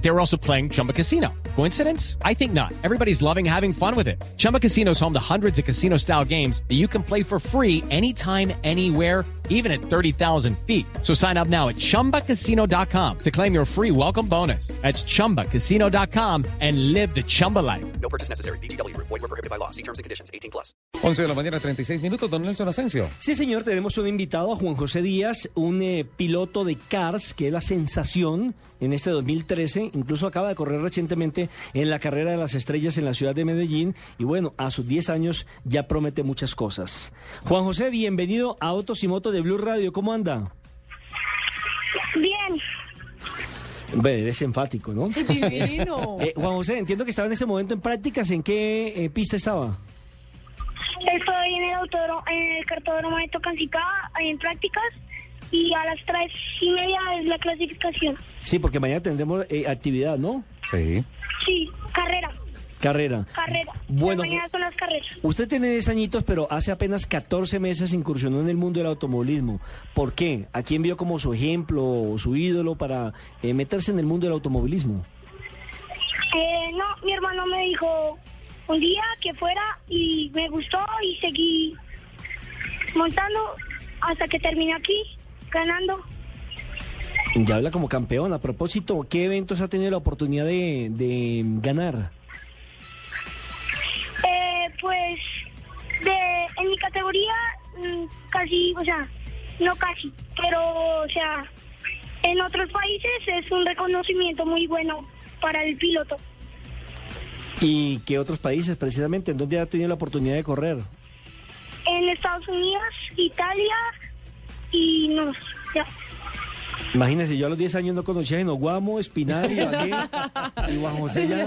They were also playing Chumba Casino. Coincidence? I think not. Everybody's loving having fun with it. Chumba Casino is home to hundreds of casino style games that you can play for free anytime, anywhere even at 30,000 feet. So sign up now at ChumbaCasino.com to claim your free welcome bonus. That's ChumbaCasino.com and live the Chumba life. No purchase necessary. BGW. Void were prohibited by law. See terms and conditions. 18 plus. 11 de la mañana, 36 minutos, don Nelson Asensio. Sí, señor, tenemos un invitado, a Juan José Díaz, un eh, piloto de Cars, que es la sensación en este 2013, incluso acaba de correr recientemente en la carrera de las estrellas en la ciudad de Medellín, y bueno, a sus 10 años ya promete muchas cosas. Juan José, bienvenido a Autos y Motos de Blue Radio, ¿cómo anda? Bien, Ve, eres enfático, ¿no? Divino. Eh, Juan José, entiendo que estaba en este momento en prácticas, ¿en qué eh, pista estaba? estoy en el autódromo, en el cartódromo de Tocancipá, en prácticas, y a las tres y media es la clasificación. Sí, porque mañana tendremos eh, actividad, ¿no? Sí. Sí, carrera, Carrera. carrera. Bueno, mañana son las carreras. Usted tiene 10 añitos, pero hace apenas 14 meses incursionó en el mundo del automovilismo. ¿Por qué? ¿A quién vio como su ejemplo o su ídolo para eh, meterse en el mundo del automovilismo? Eh, no, mi hermano me dijo un día que fuera y me gustó y seguí montando hasta que terminé aquí, ganando. Ya habla como campeón. A propósito, ¿qué eventos ha tenido la oportunidad de, de ganar? Eh, pues de, en mi categoría mm, casi, o sea, no casi, pero o sea, en otros países es un reconocimiento muy bueno para el piloto. ¿Y qué otros países precisamente? ¿En dónde ha tenido la oportunidad de correr? En Estados Unidos, Italia y no, ya. Imagínese, yo a los 10 años no conocía a Guamo, Espinal, Ibagué, y Juan José ya...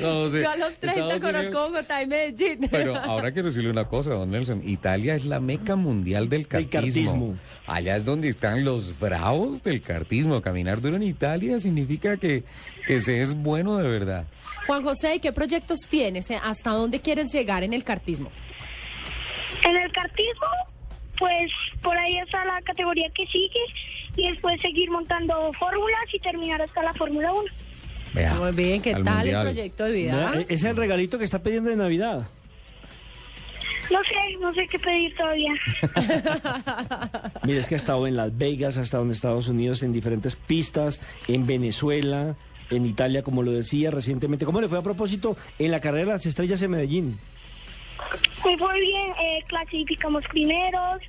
No, sí. Yo a los 30 Estados conozco Unidos. Bogotá y Medellín. Pero ahora quiero decirle una cosa, don Nelson. Italia es la meca mundial del Del cartismo. cartismo. Allá es donde están los bravos del cartismo. Caminar duro en Italia significa que, que se es bueno de verdad. Juan José, ¿y qué proyectos tienes? eh? ¿Hasta dónde quieres llegar en el cartismo? En el cartismo, pues por ahí está la categoría que sigue y después seguir montando fórmulas y terminar hasta la Fórmula 1. Vea, Muy bien, ¿qué al tal mundial. eh, el proyecto de vida? Vea, E-, Es el regalito que está pidiendo de Navidad. No sé, no sé qué pedir todavía. Mira, es que ha estado en Las Vegas, ha estado en Estados Unidos, en diferentes pistas, en Venezuela, en Italia, como lo decía recientemente. ¿Cómo le fue a propósito en la carrera de las estrellas en Medellín? Me fue bien, eh, clasificamos primeros,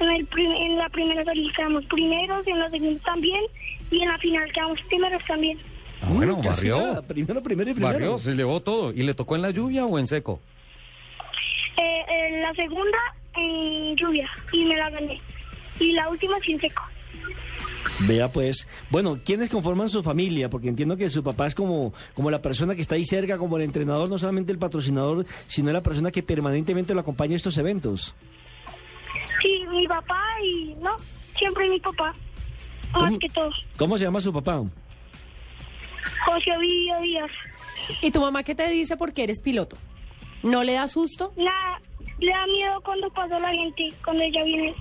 en, el prim- en la primera salida quedamos primeros, en la segunda también, y en la final quedamos primeros también. Ah, bueno, Uy, casi barrió. Mm, nada, Primero, primero y primero. Barrió, se llevó todo. ¿Y le tocó en la lluvia o en seco? Eh, en la segunda en lluvia, y me la gané. Y la última sin seco. Vea pues. Bueno, ¿quiénes conforman su familia? Porque entiendo que su papá es como, como la persona que está ahí cerca, como el entrenador, no solamente el patrocinador, sino la persona que permanentemente lo acompaña a estos eventos. Sí, mi papá y, no, siempre mi papá, más ¿Cómo? que todo. ¿Cómo se llama su papá? José Ovidio Díaz. ¿Y tu mamá qué te dice porque eres piloto? ¿No le da susto? La, le da miedo cuando pasa la gente, cuando ella viene.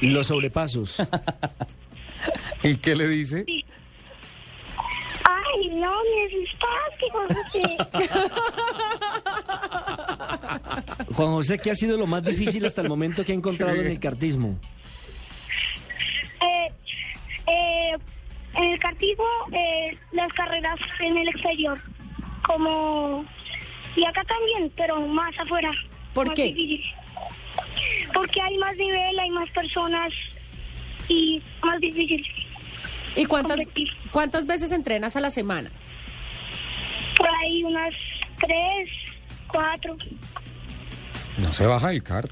Los sobrepasos. ¿Y qué le dice? Ay, no, me asustaste, José. Juan José, ¿qué ha sido lo más difícil hasta el momento que ha encontrado en el cartismo? Eh, eh, en el cartismo, eh, las carreras en el exterior, como... Y acá también, pero más afuera. ¿Por más qué? difícil. Porque hay más nivel, hay más personas y más difícil. ¿Y cuántas, Competir. cuántas veces entrenas a la semana? Por ahí unas tres, cuatro. No se baja el kart.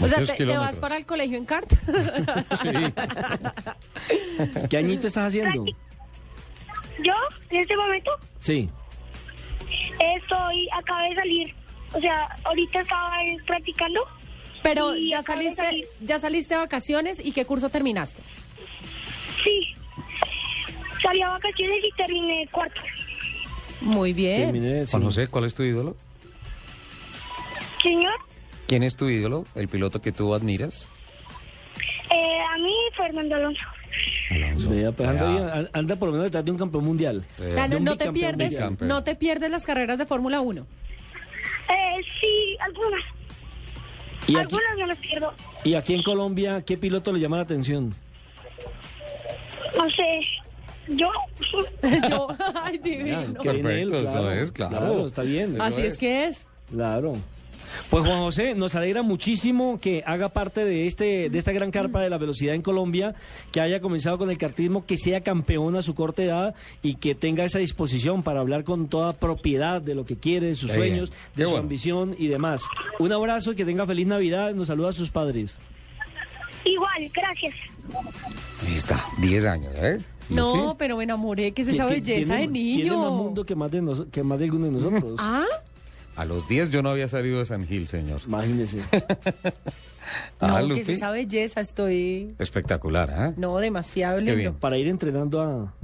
O sea, Muchos ¿te, te vas kilómetros. para el colegio en kart? ¿Qué añito estás haciendo? Yo, en este momento, Sí. Estoy, acabé de salir. O sea, ahorita estaba eh, practicando. Pero Sí, ya acabo de saliste, salir. ya saliste de vacaciones y qué curso terminaste? Sí. Salí a vacaciones y terminé cuarto. Muy bien. Terminé, sí. Juan José, ¿cuál es tu ídolo? Señor, ¿Quién es tu ídolo? ¿El piloto que tú admiras? eh, a mí Fernando Alonso. Alonso. Vea, pues anda, Vea, bien, an- anda por lo menos detrás de un campeón mundial. vea. O sea, no, un no te bicampeón pierdes, mundial. no te pierdes las carreras de Fórmula 1. Eh, sí, algunas. ¿Y aquí, Algunas no las pierdo. y aquí en Colombia, ¿qué piloto le llama la atención? No sé. Yo, Yo, ay, divino. Qué bien Perfecto, eso es, claro. está bien. Eso Así es es. que es. Claro. Pues Juan José, nos alegra muchísimo que haga parte de este de esta gran carpa de la velocidad en Colombia, que haya comenzado con el cartismo, que sea campeón a su corta edad y que tenga esa disposición para hablar con toda propiedad de lo que quiere, de sus Qué sueños, bien, qué de su bueno. ambición y demás. Un abrazo y que tenga feliz Navidad. Nos saluda a sus padres. igual, gracias. Ahí está, 10 años, ¿eh? No, pero me enamoré, que es esa Que- que belleza tienen- de tienen más niño. mundo que más de, nos- que más de alguno de nosotros. Ah, A los 10 yo no había salido de San Gil, señor. Imagínese. Ah, no, que es Lupi. esa belleza, estoy. Espectacular, ¿ah? No, demasiado Qué lindo. bien. Para ir entrenando a,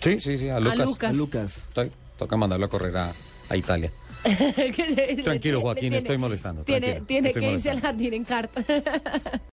Sí, sí, sí, a Lucas. a Lucas. Lucas. Estoy- toca mandarlo a correr a, a Italia. Que le- le- Tranquilo, le- Joaquín, tiene- estoy molestando, Tiene, tranquilo, tiene estoy que irse a molestando. latir en carta.